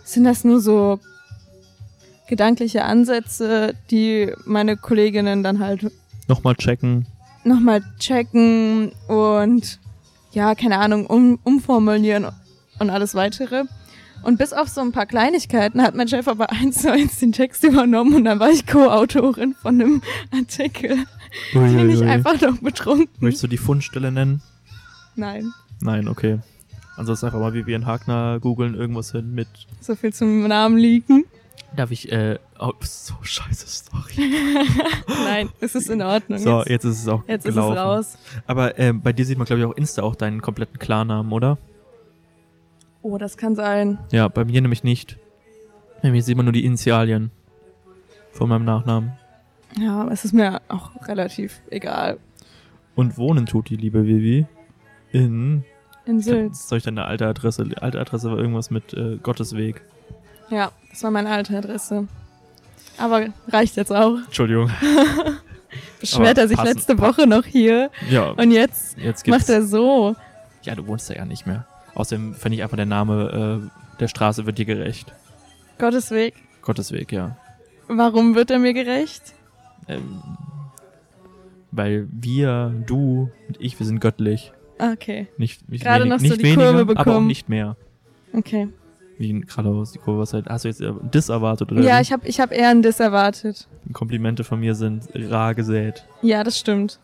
Speaker 1: sind das nur so gedankliche Ansätze, die meine Kolleginnen dann halt
Speaker 2: Nochmal checken.
Speaker 1: nochmal checken und ja, keine Ahnung, um, umformulieren und alles weitere. Und bis auf so ein paar Kleinigkeiten hat mein Chef aber (laughs) eins zu eins den Text übernommen und dann war ich Co-Autorin von einem (laughs) Artikel, den ich
Speaker 2: Uiuiui.
Speaker 1: einfach noch betrunken.
Speaker 2: Möchtest du die Fundstelle nennen?
Speaker 1: Nein,
Speaker 2: Nein, okay. Ansonsten einfach mal Vivian Hagner googeln, irgendwas hin mit
Speaker 1: so viel zum Namen liegen.
Speaker 2: Darf ich, äh, oh, so scheiße, sorry.
Speaker 1: Nein, es ist in Ordnung.
Speaker 2: So,
Speaker 1: jetzt
Speaker 2: jetzt ist es auch
Speaker 1: jetzt ist es
Speaker 2: gelaufen.
Speaker 1: raus.
Speaker 2: Aber ähm, bei dir sieht man, glaube ich, auch Insta auch deinen kompletten Klarnamen, oder?
Speaker 1: Oh, das kann sein.
Speaker 2: Ja, bei mir nämlich nicht. Bei mir sieht man nur die Initialien von meinem Nachnamen.
Speaker 1: Ja, aber es ist mir auch relativ egal.
Speaker 2: Und wohnen tut die liebe Vivi in...
Speaker 1: In Sülz.
Speaker 2: Soll ich deine alte Adresse? Die alte Adresse war irgendwas mit äh, Gottesweg.
Speaker 1: Ja, das war meine alte Adresse. Aber reicht jetzt auch. (laughs)
Speaker 2: Entschuldigung.
Speaker 1: beschwert
Speaker 2: Aber
Speaker 1: er sich
Speaker 2: passen-
Speaker 1: letzte Woche noch hier
Speaker 2: Ja,
Speaker 1: und jetzt
Speaker 2: jetzt gibt's...
Speaker 1: macht er so.
Speaker 2: ja, du wohnst da ja nicht mehr. Außerdem finde ich einfach der Name äh, der Straße wird dir gerecht.
Speaker 1: Gottes Weg.
Speaker 2: Gottes Weg, ja.
Speaker 1: Warum wird er mir gerecht?
Speaker 2: Ähm, weil wir, du und ich, wir sind göttlich.
Speaker 1: Ah, Okay,
Speaker 2: Nicht, nicht,
Speaker 1: Gerade
Speaker 2: wenig,
Speaker 1: noch so
Speaker 2: nicht
Speaker 1: die
Speaker 2: weniger,
Speaker 1: Kurve
Speaker 2: aber auch
Speaker 1: bekommen.
Speaker 2: nicht mehr.
Speaker 1: okay.
Speaker 2: Wie ein- gerade aus die Kurve. Was halt, hast du jetzt äh, Diss erwartet oder
Speaker 1: Ja,
Speaker 2: wie?
Speaker 1: ich habe ich hab eher einen Diss erwartet.
Speaker 2: Komplimente von mir sind rar gesät.
Speaker 1: Ja, das stimmt.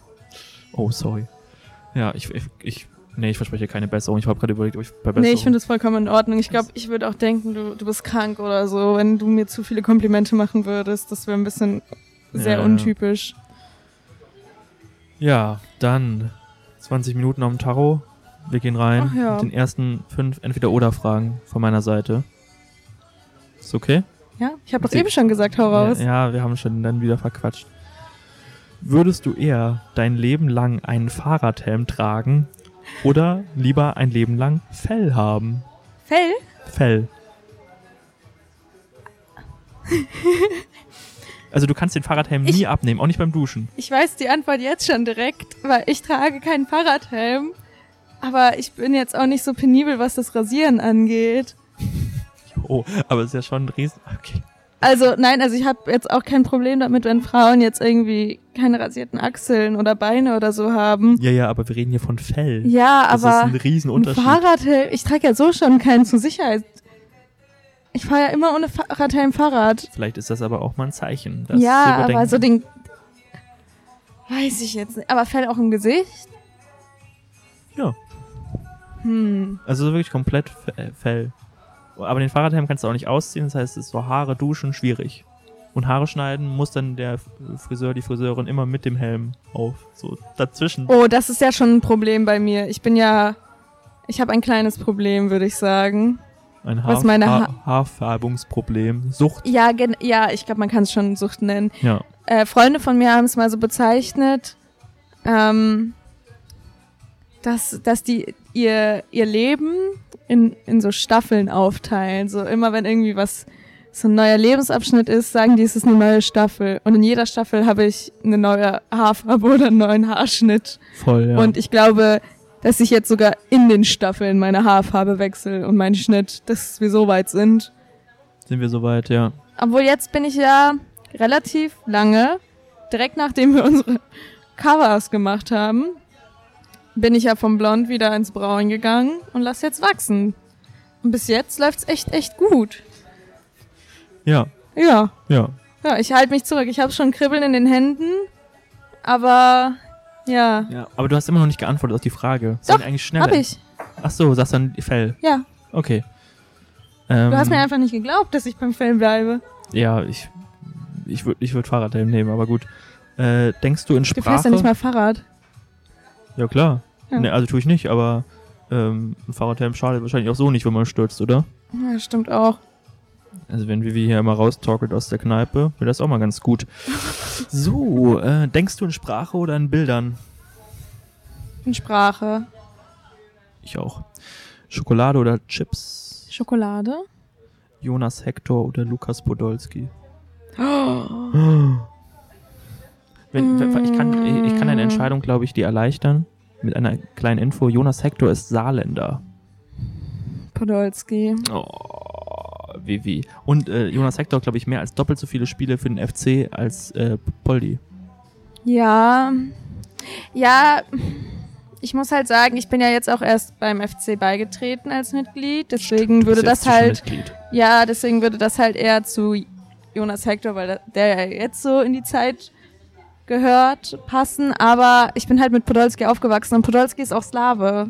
Speaker 2: Oh, sorry. Ja, ich, ich, ich nee, ich verspreche keine Besserung. Ich habe gerade überlegt, ob ich bei Besserung.
Speaker 1: Nee, ich finde das vollkommen in Ordnung. Ich glaube, ich würde auch denken, du, du bist krank oder so, wenn du mir zu viele Komplimente machen würdest. Das wäre ein bisschen sehr
Speaker 2: Ja.
Speaker 1: untypisch.
Speaker 2: Ja, dann 20 Minuten am Tarot. Wir gehen rein
Speaker 1: Ach ja.
Speaker 2: mit den ersten fünf Entweder-Oder-Fragen von meiner Seite. Ist okay?
Speaker 1: Ja, ich habe doch
Speaker 2: Sie-
Speaker 1: eben schon gesagt, hau raus.
Speaker 2: Ja, ja, wir haben schon dann wieder verquatscht. Würdest du eher dein Leben lang einen Fahrradhelm tragen oder lieber ein Leben lang Fell haben?
Speaker 1: Fell? (laughs)
Speaker 2: Fell. also du kannst den Fahrradhelm
Speaker 1: Ich-
Speaker 2: nie abnehmen, auch nicht beim Duschen.
Speaker 1: Ich weiß die Antwort jetzt schon direkt, weil ich trage keinen Fahrradhelm. Aber ich bin jetzt auch nicht so penibel, was das Rasieren angeht.
Speaker 2: Oh, aber es ist ja schon ein Riesen... Okay.
Speaker 1: Also nein, also ich habe jetzt auch kein Problem damit, wenn Frauen jetzt irgendwie keine rasierten Achseln oder Beine oder so haben.
Speaker 2: Ja, ja, aber wir reden hier von Fell.
Speaker 1: Ja,
Speaker 2: das
Speaker 1: aber
Speaker 2: ist ein
Speaker 1: ein
Speaker 2: Riesenunterschied.
Speaker 1: Fahrradhelm, ich trage ja so schon keinen zur Sicherheit. Ich fahre ja immer ohne Fahrradhelm Fahrrad.
Speaker 2: Vielleicht ist das aber auch mal ein Zeichen. Das zu
Speaker 1: ja,
Speaker 2: überdenken.
Speaker 1: aber so den weiß ich jetzt nicht. Aber Fell auch im Gesicht?
Speaker 2: Ja,
Speaker 1: Hm.
Speaker 2: also wirklich komplett Fe- Fell. Aber den Fahrradhelm kannst du auch nicht ausziehen, das heißt, es ist so Haare duschen schwierig. Und Haare schneiden muss dann der Friseur, die Friseurin immer mit dem Helm auf. So dazwischen.
Speaker 1: Oh, das ist ja schon ein Problem bei mir. Ich bin ja. Ich habe ein kleines Problem, würde ich sagen.
Speaker 2: Ein
Speaker 1: was meine
Speaker 2: ha Haarfärbungsproblem. Sucht.
Speaker 1: Ja, gen ja ich glaube, man kann es schon Sucht nennen.
Speaker 2: Ja.
Speaker 1: Äh, Freunde von mir haben es mal so bezeichnet, ähm, dass, dass die ihr, ihr Leben in, in so Staffeln aufteilen. So immer, wenn irgendwie was so ein neuer Lebensabschnitt ist, sagen die, es ist eine neue Staffel. Und in jeder Staffel habe ich eine neue Haarfarbe oder einen neuen Haarschnitt.
Speaker 2: Voll, ja.
Speaker 1: Und ich glaube, dass ich jetzt sogar in den Staffeln meine Haarfarbe wechsle und meinen Schnitt, dass wir so weit sind.
Speaker 2: Sind wir soweit, ja.
Speaker 1: Obwohl jetzt bin ich ja relativ lange, direkt nachdem wir unsere Covers gemacht haben, bin ich ja vom Blond wieder ins Braun gegangen und lass jetzt wachsen. Und bis jetzt läuft's echt, echt gut.
Speaker 2: Ja,
Speaker 1: Ja.
Speaker 2: ja.
Speaker 1: Ja, ich halte mich zurück. Ich habe schon Kribbeln in den Händen, aber ja.
Speaker 2: ja. Aber du hast immer noch nicht geantwortet auf die Frage. Sind
Speaker 1: Doch,
Speaker 2: eigentlich schneller.
Speaker 1: Hab ich.
Speaker 2: Ach so, sagst dann Fell.
Speaker 1: Ja.
Speaker 2: Okay. Ähm,
Speaker 1: Du hast mir einfach nicht geglaubt, dass ich beim Film bleibe.
Speaker 2: Ja, ich, ich würde ich würd Fahrradhelm nehmen, aber gut. Äh, denkst du in
Speaker 1: Du
Speaker 2: Sprache?
Speaker 1: fährst ja nicht mal Fahrrad.
Speaker 2: Ja, klar.
Speaker 1: Ja.
Speaker 2: Ne, also tue ich nicht, aber ähm, ein Fahrradhelm schadet wahrscheinlich auch so nicht, wenn man stürzt, oder?
Speaker 1: Ja, stimmt auch.
Speaker 2: Also wenn Vivi hier immer raustalkelt aus der Kneipe, wäre das auch mal ganz gut. So, äh, denkst du in Sprache oder in Bildern?
Speaker 1: In Sprache.
Speaker 2: Ich auch. Schokolade oder Chips? (gasps)
Speaker 1: Schokolade.
Speaker 2: Jonas Hector oder Lukas Podolski?
Speaker 1: Oh.
Speaker 2: Wenn, wenn- ich, kann, ich ich kann deine
Speaker 1: Mm.
Speaker 2: Entscheidung, glaube ich, dir erleichtern. Mit einer kleinen Info. Jonas Hector ist Saarländer.
Speaker 1: Podolski.
Speaker 2: Oh, Vivi. Und äh, Jonas Hector, glaube ich, mehr als doppelt so viele Spiele für den FC als äh, Poldi.
Speaker 1: Ja. Ja. Ich muss halt sagen, ich bin ja jetzt auch erst beim FC beigetreten als Mitglied. Deswegen
Speaker 2: Du
Speaker 1: würde
Speaker 2: bist ja
Speaker 1: das halt.
Speaker 2: FC-Mitglied.
Speaker 1: Ja, deswegen würde das halt eher zu Jonas Hector, weil da- der ja jetzt so in die Zeit gehört, passen. Aber ich bin halt mit Podolski aufgewachsen und Podolski ist auch Slave.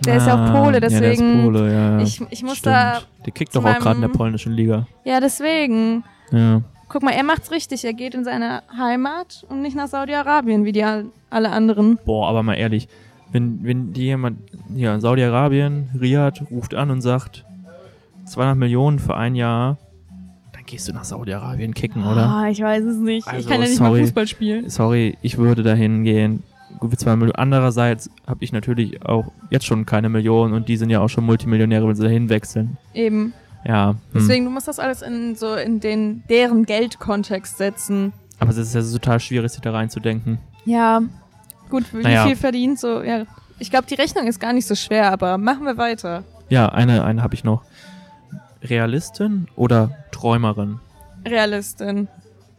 Speaker 1: der ist ja auch Pole,
Speaker 2: Ah, Ja, der
Speaker 1: deswegen-
Speaker 2: ist Pole, ja. ja.
Speaker 1: Ich, ich muss
Speaker 2: Stimmt.
Speaker 1: da.
Speaker 2: Der kickt
Speaker 1: zu
Speaker 2: doch auch gerade in der
Speaker 1: meinem-
Speaker 2: polnischen Liga.
Speaker 1: Ja, deswegen.
Speaker 2: Ja.
Speaker 1: Guck mal, er macht's richtig. Er geht in seine Heimat und nicht nach Saudi-Arabien, wie die all- alle anderen.
Speaker 2: Boah, aber mal ehrlich, wenn, wenn dir jemand, ja, Saudi-Arabien, Riyadh, ruft an und sagt, 200 Millionen für ein Jahr, dann gehst du nach Saudi-Arabien kicken, oder?
Speaker 1: Ah, ich weiß es nicht.
Speaker 2: Also,
Speaker 1: ich kann ja nicht
Speaker 2: sorry.
Speaker 1: mal Fußball spielen.
Speaker 2: sorry, ich würde dahin gehen. Gut, zwei Millionen. Andererseits habe ich natürlich auch jetzt schon keine Millionen und die sind ja auch schon Multimillionäre, wenn sie dahin wechseln.
Speaker 1: Eben.
Speaker 2: Ja. Hm.
Speaker 1: Deswegen, du musst das alles in so in den deren Geldkontext setzen.
Speaker 2: Aber es ist ja so total schwierig, sich da reinzudenken.
Speaker 1: Ja. Gut, wie
Speaker 2: Naja.
Speaker 1: viel verdient so? Ja, Ich glaube, die Rechnung ist gar nicht so schwer, aber machen wir weiter.
Speaker 2: Ja, eine, eine habe ich noch. Realistin oder Träumerin?
Speaker 1: Realistin.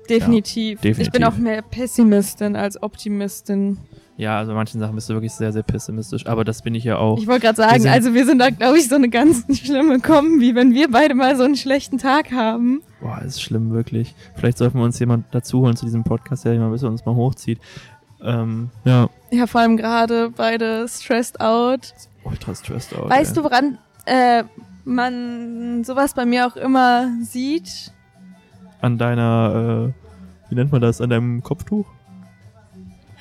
Speaker 1: Definitiv. Ich bin
Speaker 2: definitiv.
Speaker 1: auch mehr Pessimistin als Optimistin.
Speaker 2: Ja, also manchen Sachen bist du wirklich sehr, sehr pessimistisch, aber das bin ich ja auch.
Speaker 1: Ich wollte gerade
Speaker 2: Oh. Wir
Speaker 1: sagen,
Speaker 2: sind-
Speaker 1: also wir sind da, glaube ich, so eine ganz (laughs) schlimme Kombi, wenn wir beide mal so einen schlechten Tag haben.
Speaker 2: Boah, ist schlimm, wirklich. Vielleicht sollten wir uns jemand dazu holen zu diesem Podcast, der mal bis er uns mal hochzieht. Ähm, ja,
Speaker 1: Ja, vor allem gerade beide stressed out.
Speaker 2: ultra stressed out.
Speaker 1: Weißt du, woran äh, man sowas bei mir auch immer sieht?
Speaker 2: An deiner, äh, wie nennt man das, an deinem Kopftuch?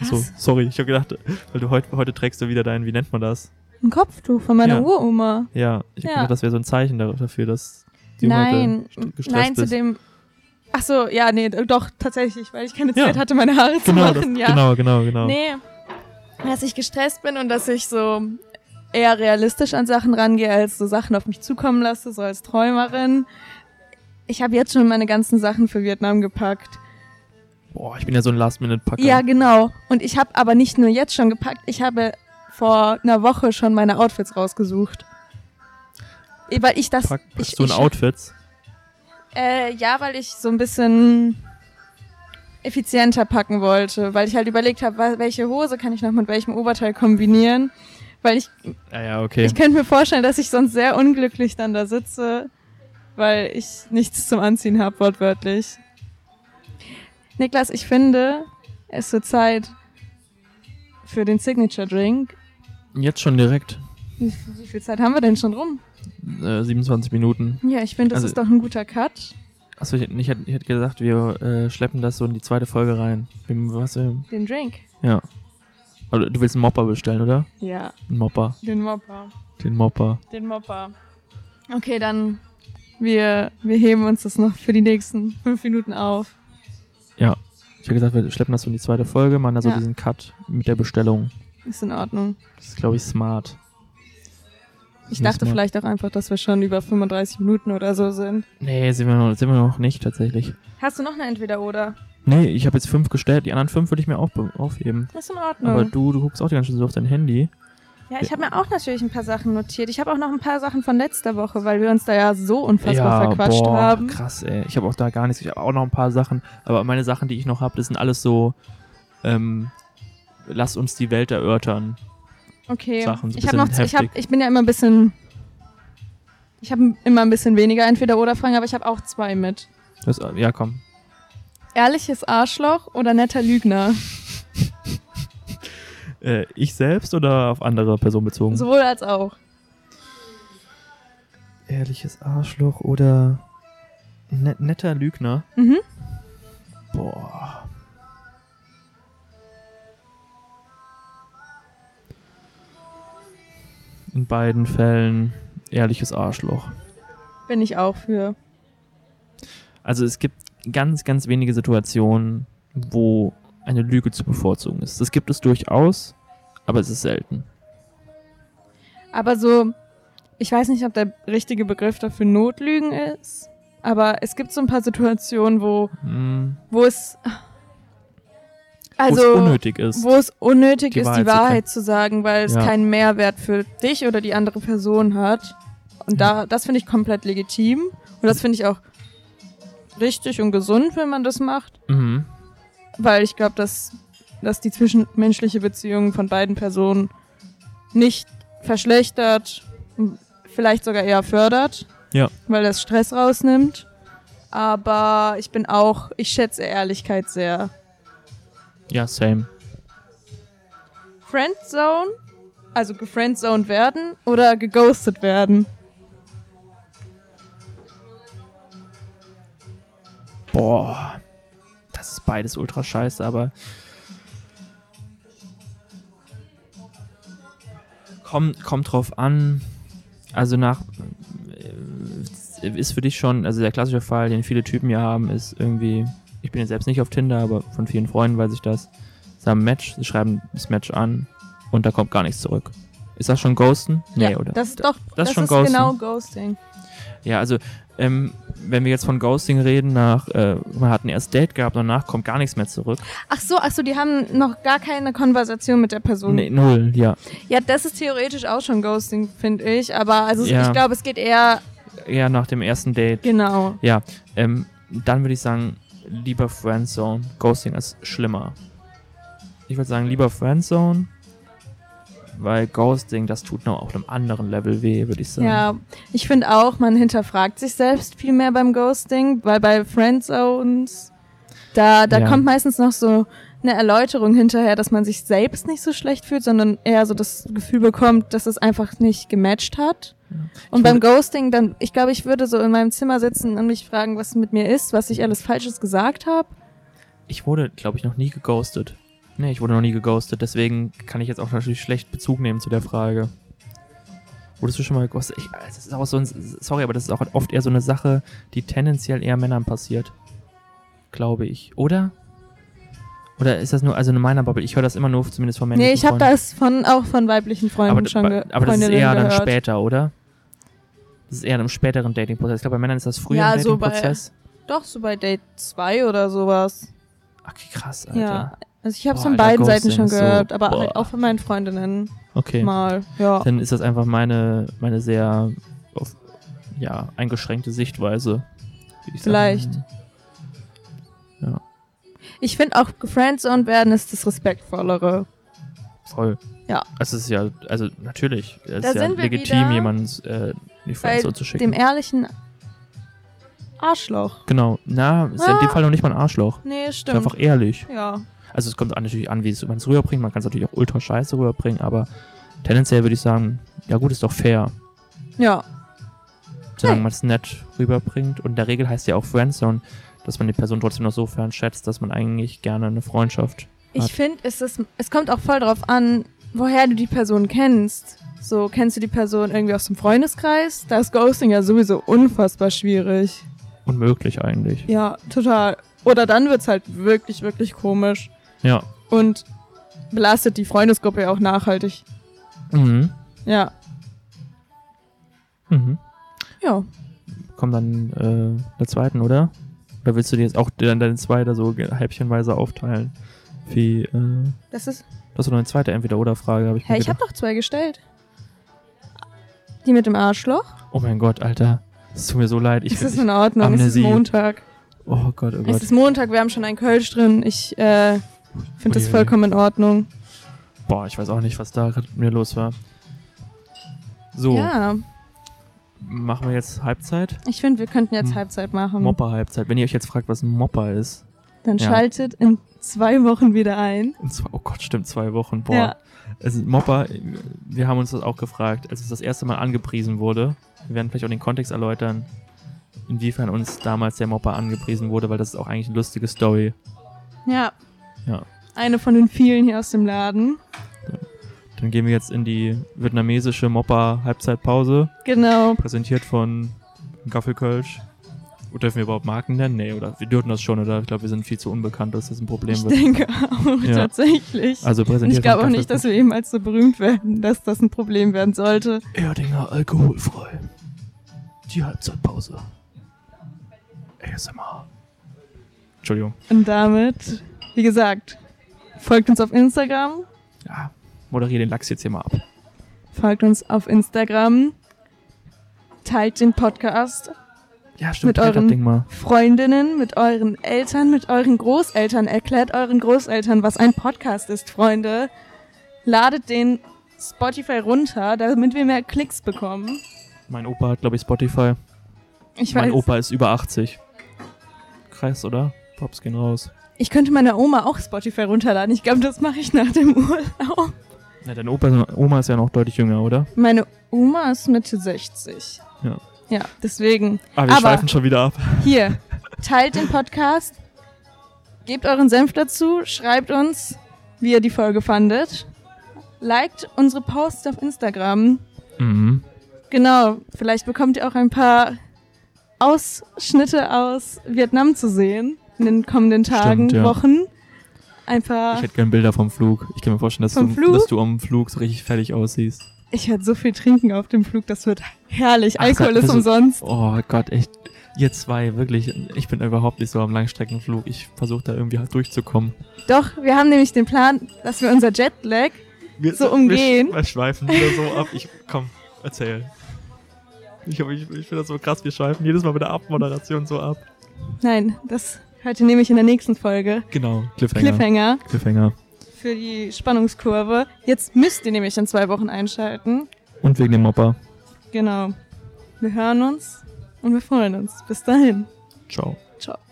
Speaker 2: Achso,
Speaker 1: Was?
Speaker 2: sorry, ich habe gedacht, weil du heute, heute trägst du wieder dein, wie nennt man das?
Speaker 1: Ein Kopftuch von meiner
Speaker 2: Ja.
Speaker 1: Uroma.
Speaker 2: Ja, ich habe
Speaker 1: Ja.
Speaker 2: gedacht, das wäre so ein Zeichen da- dafür, dass du
Speaker 1: Nein,
Speaker 2: heute st- gestresst
Speaker 1: nein, zu
Speaker 2: bist.
Speaker 1: dem. Ach so, ja, nee, doch, tatsächlich, weil ich keine
Speaker 2: Ja.
Speaker 1: Zeit hatte, meine Haare zu
Speaker 2: genau,
Speaker 1: machen.
Speaker 2: das,
Speaker 1: ja.
Speaker 2: genau, genau, genau.
Speaker 1: Nee, dass ich gestresst bin und dass ich so eher realistisch an Sachen rangehe, als so Sachen auf mich zukommen lasse, so als Träumerin. Ich habe jetzt schon meine ganzen Sachen für Vietnam gepackt.
Speaker 2: Boah, ich bin ja so ein Last-Minute-Packer.
Speaker 1: Ja, genau. Und ich habe aber nicht nur jetzt schon gepackt, ich habe vor einer Woche schon meine Outfits rausgesucht. Eh, Weil ich das.
Speaker 2: Pack, packst
Speaker 1: ich,
Speaker 2: du ein
Speaker 1: ich,
Speaker 2: Outfits?
Speaker 1: Äh, ja, weil ich so ein bisschen effizienter packen wollte, weil ich halt überlegt habe, wa- welche Hose kann ich noch mit welchem Oberteil kombinieren, weil ich
Speaker 2: Ja, ja, okay.
Speaker 1: ich könnte mir vorstellen, dass ich sonst sehr unglücklich dann da sitze, weil ich nichts zum Anziehen habe, wortwörtlich. Niklas, ich finde, es wird Zeit für den Signature Drink.
Speaker 2: Jetzt schon direkt.
Speaker 1: Wie, wie viel Zeit haben wir denn schon rum?
Speaker 2: Äh, 27 Minuten.
Speaker 1: Ja, ich finde, das
Speaker 2: Also-
Speaker 1: ist doch ein guter Cut.
Speaker 2: Achso, ich, ich, hätte- ich hätte gesagt, wir äh, schleppen das so in die zweite Folge rein. Wem- Was, ähm,
Speaker 1: Den Drink.
Speaker 2: ja. Also, du willst einen Mopper bestellen, oder?
Speaker 1: Ja,
Speaker 2: Einen Mopper.
Speaker 1: den Mopper.
Speaker 2: Den Mopper.
Speaker 1: Den Mopper. Okay, dann wir, wir heben uns das noch für die nächsten fünf Minuten auf.
Speaker 2: Ja. Ich habe gesagt, wir schleppen das so in die zweite Folge, machen da so
Speaker 1: Ja.
Speaker 2: diesen Cut mit der Bestellung.
Speaker 1: Ist in Ordnung.
Speaker 2: Das ist, glaube ich, smart.
Speaker 1: Ich
Speaker 2: Müssen
Speaker 1: dachte
Speaker 2: wir-
Speaker 1: vielleicht auch einfach, dass wir schon über 35 Minuten oder so sind.
Speaker 2: Nee, sind wir noch, sind wir noch nicht tatsächlich.
Speaker 1: Hast du noch eine Entweder-Oder?
Speaker 2: Nee, ich habe jetzt fünf gestellt, die anderen fünf würde ich mir auch be- aufheben.
Speaker 1: Ist in
Speaker 2: Aber
Speaker 1: Ordnung.
Speaker 2: du, du guckst auch die ganze Zeit so auf dein Handy.
Speaker 1: Ja, ich habe mir auch natürlich ein paar Sachen notiert. Ich habe auch noch ein paar Sachen von letzter Woche, weil wir uns da ja so unfassbar verquatscht
Speaker 2: boah,
Speaker 1: haben.
Speaker 2: krass, ey. Ich habe auch da gar nichts. Ich habe auch noch ein paar Sachen. Aber meine Sachen, die ich noch habe, das sind alles so, ähm, lass uns die Welt erörtern.
Speaker 1: Okay.
Speaker 2: Sachen, so ein
Speaker 1: ich, hab noch,
Speaker 2: bisschen
Speaker 1: ich, hab,
Speaker 2: heftig.
Speaker 1: ich bin ja immer ein bisschen. Ich habe immer ein bisschen weniger Entweder-Oder-Fragen, aber ich habe auch zwei mit.
Speaker 2: Das, äh, ja, komm.
Speaker 1: Ehrliches Arschloch oder netter Lügner?
Speaker 2: Äh, ich selbst oder auf andere Personen bezogen?
Speaker 1: Sowohl als auch.
Speaker 2: Ehrliches Arschloch oder ne netter Lügner?
Speaker 1: Mhm.
Speaker 2: Boah. In beiden Fällen ehrliches Arschloch.
Speaker 1: Bin ich auch für.
Speaker 2: Also es gibt ganz, ganz wenige Situationen, wo eine Lüge zu bevorzugen ist. Das gibt es durchaus, aber es ist selten.
Speaker 1: Aber so, ich weiß nicht, ob der richtige Begriff dafür Notlügen ist. Aber es gibt so ein paar Situationen, wo,
Speaker 2: Hm,
Speaker 1: wo es. Also,
Speaker 2: wo es unnötig ist.
Speaker 1: wo es unnötig
Speaker 2: die
Speaker 1: ist,
Speaker 2: Wahrheit
Speaker 1: die
Speaker 2: zu kennen.
Speaker 1: Wahrheit zu sagen, weil es
Speaker 2: Ja.
Speaker 1: keinen Mehrwert für dich oder die andere Person hat. Und
Speaker 2: Mhm.
Speaker 1: da, das finde ich komplett legitim. Und das finde ich auch richtig und gesund, wenn man das macht.
Speaker 2: Mhm.
Speaker 1: Weil ich glaube, dass, dass die zwischenmenschliche Beziehung von beiden Personen nicht verschlechtert, vielleicht sogar eher fördert.
Speaker 2: Ja.
Speaker 1: Weil das Stress rausnimmt. Aber ich bin auch, ich schätze Ehrlichkeit sehr.
Speaker 2: Ja, same.
Speaker 1: Friendzone, also gefriendzoned werden oder geghostet werden.
Speaker 2: Boah. Das ist beides ultra scheiße, aber. Kommt, kommt drauf an. Also nach. äh, Ist für dich schon, also der klassische Fall, den viele Typen ja haben, ist irgendwie. Ich bin jetzt selbst nicht auf Tinder, aber von vielen Freunden weiß ich das. Sie haben ein Match, sie schreiben das Match an und da kommt gar nichts zurück. Ist das schon Ghosten? Nee,
Speaker 1: ja,
Speaker 2: oder?
Speaker 1: Das ist doch,
Speaker 2: das
Speaker 1: das,
Speaker 2: ist schon
Speaker 1: ist
Speaker 2: Ghosting.
Speaker 1: genau Ghosting.
Speaker 2: Ja, also ähm, wenn wir jetzt von Ghosting reden, nach, äh, man hat ein erstes Date gehabt, danach kommt gar nichts mehr zurück.
Speaker 1: Ach so, ach so, die haben noch gar keine Konversation mit der Person.
Speaker 2: Nee, null, ja.
Speaker 1: Ja, das ist theoretisch auch schon Ghosting, finde ich. Aber also es-
Speaker 2: Ja.
Speaker 1: ich glaube, es geht eher
Speaker 2: Ja, nach dem ersten Date.
Speaker 1: genau.
Speaker 2: Ja, ähm, dann würde ich sagen, lieber Friendzone. Ghosting ist schlimmer. Ich würde sagen, lieber Friendzone, weil Ghosting, das tut noch auf einem anderen Level weh, würde ich sagen.
Speaker 1: Ja, ich finde auch, man hinterfragt sich selbst viel mehr beim Ghosting, weil bei Friendzones, da, da
Speaker 2: Ja.
Speaker 1: kommt meistens noch so eine Erläuterung hinterher, dass man sich selbst nicht so schlecht fühlt, sondern eher so das Gefühl bekommt, dass es einfach nicht gematcht hat. Und
Speaker 2: Ich
Speaker 1: beim Ghosting, dann, ich glaube, ich würde so in meinem Zimmer sitzen und mich fragen, was mit mir ist, was ich alles Falsches gesagt habe.
Speaker 2: Ich wurde, glaube ich, noch nie geghostet. Nee, ich wurde noch nie geghostet, deswegen kann ich jetzt auch natürlich schlecht Bezug nehmen zu der Frage. Wurdest du schon mal geghostet? Ich, das ist auch so ein, sorry, aber das ist auch oft eher so eine Sache, die tendenziell eher Männern passiert. Glaube ich. Oder? Oder ist das nur, also in meiner Bubble, ich höre das immer nur zumindest von männlichen
Speaker 1: Nee, ich habe
Speaker 2: Freunden.
Speaker 1: das von, auch von weiblichen Freunden
Speaker 2: aber,
Speaker 1: schon ge
Speaker 2: aber das ist
Speaker 1: Freundinnen
Speaker 2: eher
Speaker 1: gehört.
Speaker 2: dann später, oder? Das ist eher im späteren Datingprozess. Ich glaube, bei Männern ist das früher
Speaker 1: Ja,
Speaker 2: im
Speaker 1: so bei-
Speaker 2: Datingprozess.
Speaker 1: Doch, so bei Date 2 oder sowas.
Speaker 2: okay, krass, Alter.
Speaker 1: Ja, also ich habe es
Speaker 2: Boah,
Speaker 1: von
Speaker 2: Alter,
Speaker 1: beiden
Speaker 2: Ghosting
Speaker 1: Seiten schon
Speaker 2: ist so-
Speaker 1: gehört, aber
Speaker 2: boah.
Speaker 1: halt auch von meinen Freundinnen
Speaker 2: Okay.
Speaker 1: mal. Ja.
Speaker 2: dann ist das einfach meine, meine sehr auf, ja, eingeschränkte Sichtweise. würde ich sagen.
Speaker 1: Vielleicht. Ich finde auch gefriendzoned werden ist das Respektvollere.
Speaker 2: Voll.
Speaker 1: Ja.
Speaker 2: Es ist ja, also natürlich, es
Speaker 1: Da
Speaker 2: ist ja
Speaker 1: sind wir
Speaker 2: legitim,
Speaker 1: wieder
Speaker 2: jemanden äh, in die
Speaker 1: bei
Speaker 2: Friendzone
Speaker 1: Dem
Speaker 2: zu schicken.
Speaker 1: ehrlichen Arschloch.
Speaker 2: Genau. Na, ist ja in dem
Speaker 1: Ah.
Speaker 2: Fall noch nicht mal ein Arschloch.
Speaker 1: Nee,
Speaker 2: Ist
Speaker 1: stimmt.
Speaker 2: einfach ehrlich.
Speaker 1: Ja.
Speaker 2: Also es kommt auch natürlich an, wie es- man es rüberbringt. Man kann es natürlich auch ultra scheiße rüberbringen, aber tendenziell würde ich sagen, ja gut, ist doch fair.
Speaker 1: Ja.
Speaker 2: solange man es nett rüberbringt. Und in der Regel heißt ja auch Friendzone, dass man die Person trotzdem noch so fernschätzt, dass man eigentlich gerne eine Freundschaft. Hat-
Speaker 1: Ich finde, es, ist- es kommt auch voll drauf an, woher du die Person kennst. So, kennst du die Person irgendwie aus dem Freundeskreis? Da ist Ghosting ja sowieso unfassbar schwierig.
Speaker 2: Unmöglich eigentlich.
Speaker 1: Ja, total. Oder dann wird's halt wirklich, wirklich komisch.
Speaker 2: Ja.
Speaker 1: und belastet die Freundesgruppe ja auch nachhaltig.
Speaker 2: Mhm.
Speaker 1: Ja.
Speaker 2: Mhm.
Speaker 1: Ja.
Speaker 2: Kommt dann äh, der zweiten, oder? Oder willst du dir jetzt auch dann deine zweite so ge- häppchenweise aufteilen? Wie, äh,
Speaker 1: Das ist.
Speaker 2: das ist noch eine zweite Entweder-Oder-Frage, habe ich
Speaker 1: Hä,
Speaker 2: mir
Speaker 1: ich habe
Speaker 2: gedacht.
Speaker 1: doch zwei gestellt. Die mit dem Arschloch?
Speaker 2: Oh mein Gott, Alter. Es tut mir so leid. Ich,
Speaker 1: Das ist
Speaker 2: ich,
Speaker 1: in Ordnung. Es
Speaker 2: Amnesie.
Speaker 1: ist Montag.
Speaker 2: oh Gott, oh
Speaker 1: Es
Speaker 2: Gott.
Speaker 1: ist Montag, wir haben schon einen Kölsch drin. Ich äh, finde das
Speaker 2: Uiuiui.
Speaker 1: vollkommen in Ordnung.
Speaker 2: Boah, ich weiß auch nicht, was da gerade mit mir los war. So,
Speaker 1: Ja,
Speaker 2: machen wir jetzt Halbzeit?
Speaker 1: ich finde, wir könnten jetzt
Speaker 2: Hm.
Speaker 1: Halbzeit machen.
Speaker 2: Mopper-Halbzeit. Wenn ihr euch jetzt fragt, was ein Mopper ist.
Speaker 1: Dann
Speaker 2: ja.
Speaker 1: schaltet in zwei Wochen wieder ein.
Speaker 2: In zwei, oh Gott, stimmt, zwei Wochen. Boah.
Speaker 1: Ja.
Speaker 2: Also Mopper, wir haben uns das auch gefragt, als es das erste Mal angepriesen wurde. Wir werden vielleicht auch den Kontext erläutern, inwiefern uns damals der Mopper angepriesen wurde, weil das ist auch eigentlich eine lustige Story.
Speaker 1: Ja.
Speaker 2: Ja.
Speaker 1: Eine von den vielen hier aus dem Laden.
Speaker 2: Dann gehen wir jetzt in die vietnamesische Mopper-Halbzeitpause,
Speaker 1: Genau.
Speaker 2: präsentiert von Gaffelkölsch. Dürfen wir überhaupt Marken nennen? Nee, oder wir dürfen das schon, oder? Ich glaube, wir sind viel zu unbekannt, dass das ein Problem
Speaker 1: Ich
Speaker 2: wird.
Speaker 1: denke auch
Speaker 2: Ja.
Speaker 1: tatsächlich.
Speaker 2: Also
Speaker 1: Und
Speaker 2: präsentiert
Speaker 1: ich glaube auch
Speaker 2: von
Speaker 1: nicht, dass wir jemals so berühmt werden, dass das ein Problem werden sollte.
Speaker 2: Erdinger alkoholfrei. Die Halbzeitpause. ASMR. Entschuldigung.
Speaker 1: Und damit, wie gesagt, folgt uns auf Instagram,
Speaker 2: Ja, moderiere den Lachs jetzt hier mal ab.
Speaker 1: folgt uns auf Instagram, teilt den Podcast,
Speaker 2: Ja, stimmt.
Speaker 1: Mit
Speaker 2: teilt
Speaker 1: euren-
Speaker 2: das Ding mal.
Speaker 1: Freundinnen, mit euren Eltern, mit euren Großeltern, erklärt euren Großeltern, was ein Podcast ist, Freunde. Ladet den Spotify runter, damit wir mehr Klicks bekommen.
Speaker 2: Mein Opa hat, glaube ich, Spotify.
Speaker 1: Ich
Speaker 2: mein
Speaker 1: weiß,
Speaker 2: Opa ist über 80. Krass, oder? Pops gehen raus.
Speaker 1: ich könnte meiner Oma auch Spotify runterladen. Ich glaube, das mache ich nach dem (laughs) Urlaub.
Speaker 2: Ja, deine Opa, Oma ist ja noch deutlich jünger, oder?
Speaker 1: Meine Oma ist Mitte 60.
Speaker 2: Ja.
Speaker 1: Ja, deswegen
Speaker 2: Ah, wir
Speaker 1: Aber-
Speaker 2: schweifen schon wieder ab.
Speaker 1: hier, teilt den Podcast, gebt euren Senf dazu, schreibt uns, wie ihr die Folge fandet, liked unsere Posts auf Instagram.
Speaker 2: Mhm.
Speaker 1: Genau, vielleicht bekommt ihr auch ein paar Ausschnitte aus Vietnam zu sehen in den kommenden Tagen,
Speaker 2: Stimmt, ja.
Speaker 1: Wochen. Ein
Speaker 2: Ich
Speaker 1: paar
Speaker 2: hätte gerne Bilder vom Flug. Ich kann mir vorstellen, dass
Speaker 1: Vom
Speaker 2: du,
Speaker 1: Flug?
Speaker 2: dass du am Flug so richtig fertig aussiehst.
Speaker 1: Ich werde so viel trinken auf dem Flug, das wird herrlich.
Speaker 2: Ach,
Speaker 1: Alkohol
Speaker 2: sag-
Speaker 1: ist
Speaker 2: also-
Speaker 1: umsonst.
Speaker 2: Oh Gott, echt. Ihr zwei, wirklich. Ich bin überhaupt nicht so am Langstreckenflug. Ich versuche da irgendwie halt durchzukommen.
Speaker 1: Doch, wir haben nämlich den Plan, dass wir unser Jetlag
Speaker 2: Wir,
Speaker 1: So umgehen.
Speaker 2: Wir, sch- wir schweifen wieder so ab. Ich, komm, erzähl. Ich, hab- ich, ich finde das so krass, wir schweifen jedes Mal mit der Abmoderation so ab.
Speaker 1: Nein, das hört ihr nämlich in der nächsten Folge.
Speaker 2: Genau, Cliffhanger.
Speaker 1: Cliffhanger
Speaker 2: Cliffhanger.
Speaker 1: für die Spannungskurve. Jetzt müsst ihr nämlich in zwei Wochen einschalten.
Speaker 2: Und wegen dem Mopper.
Speaker 1: Genau. Wir hören uns und wir freuen uns. Bis dahin.
Speaker 2: Ciao.
Speaker 1: Ciao.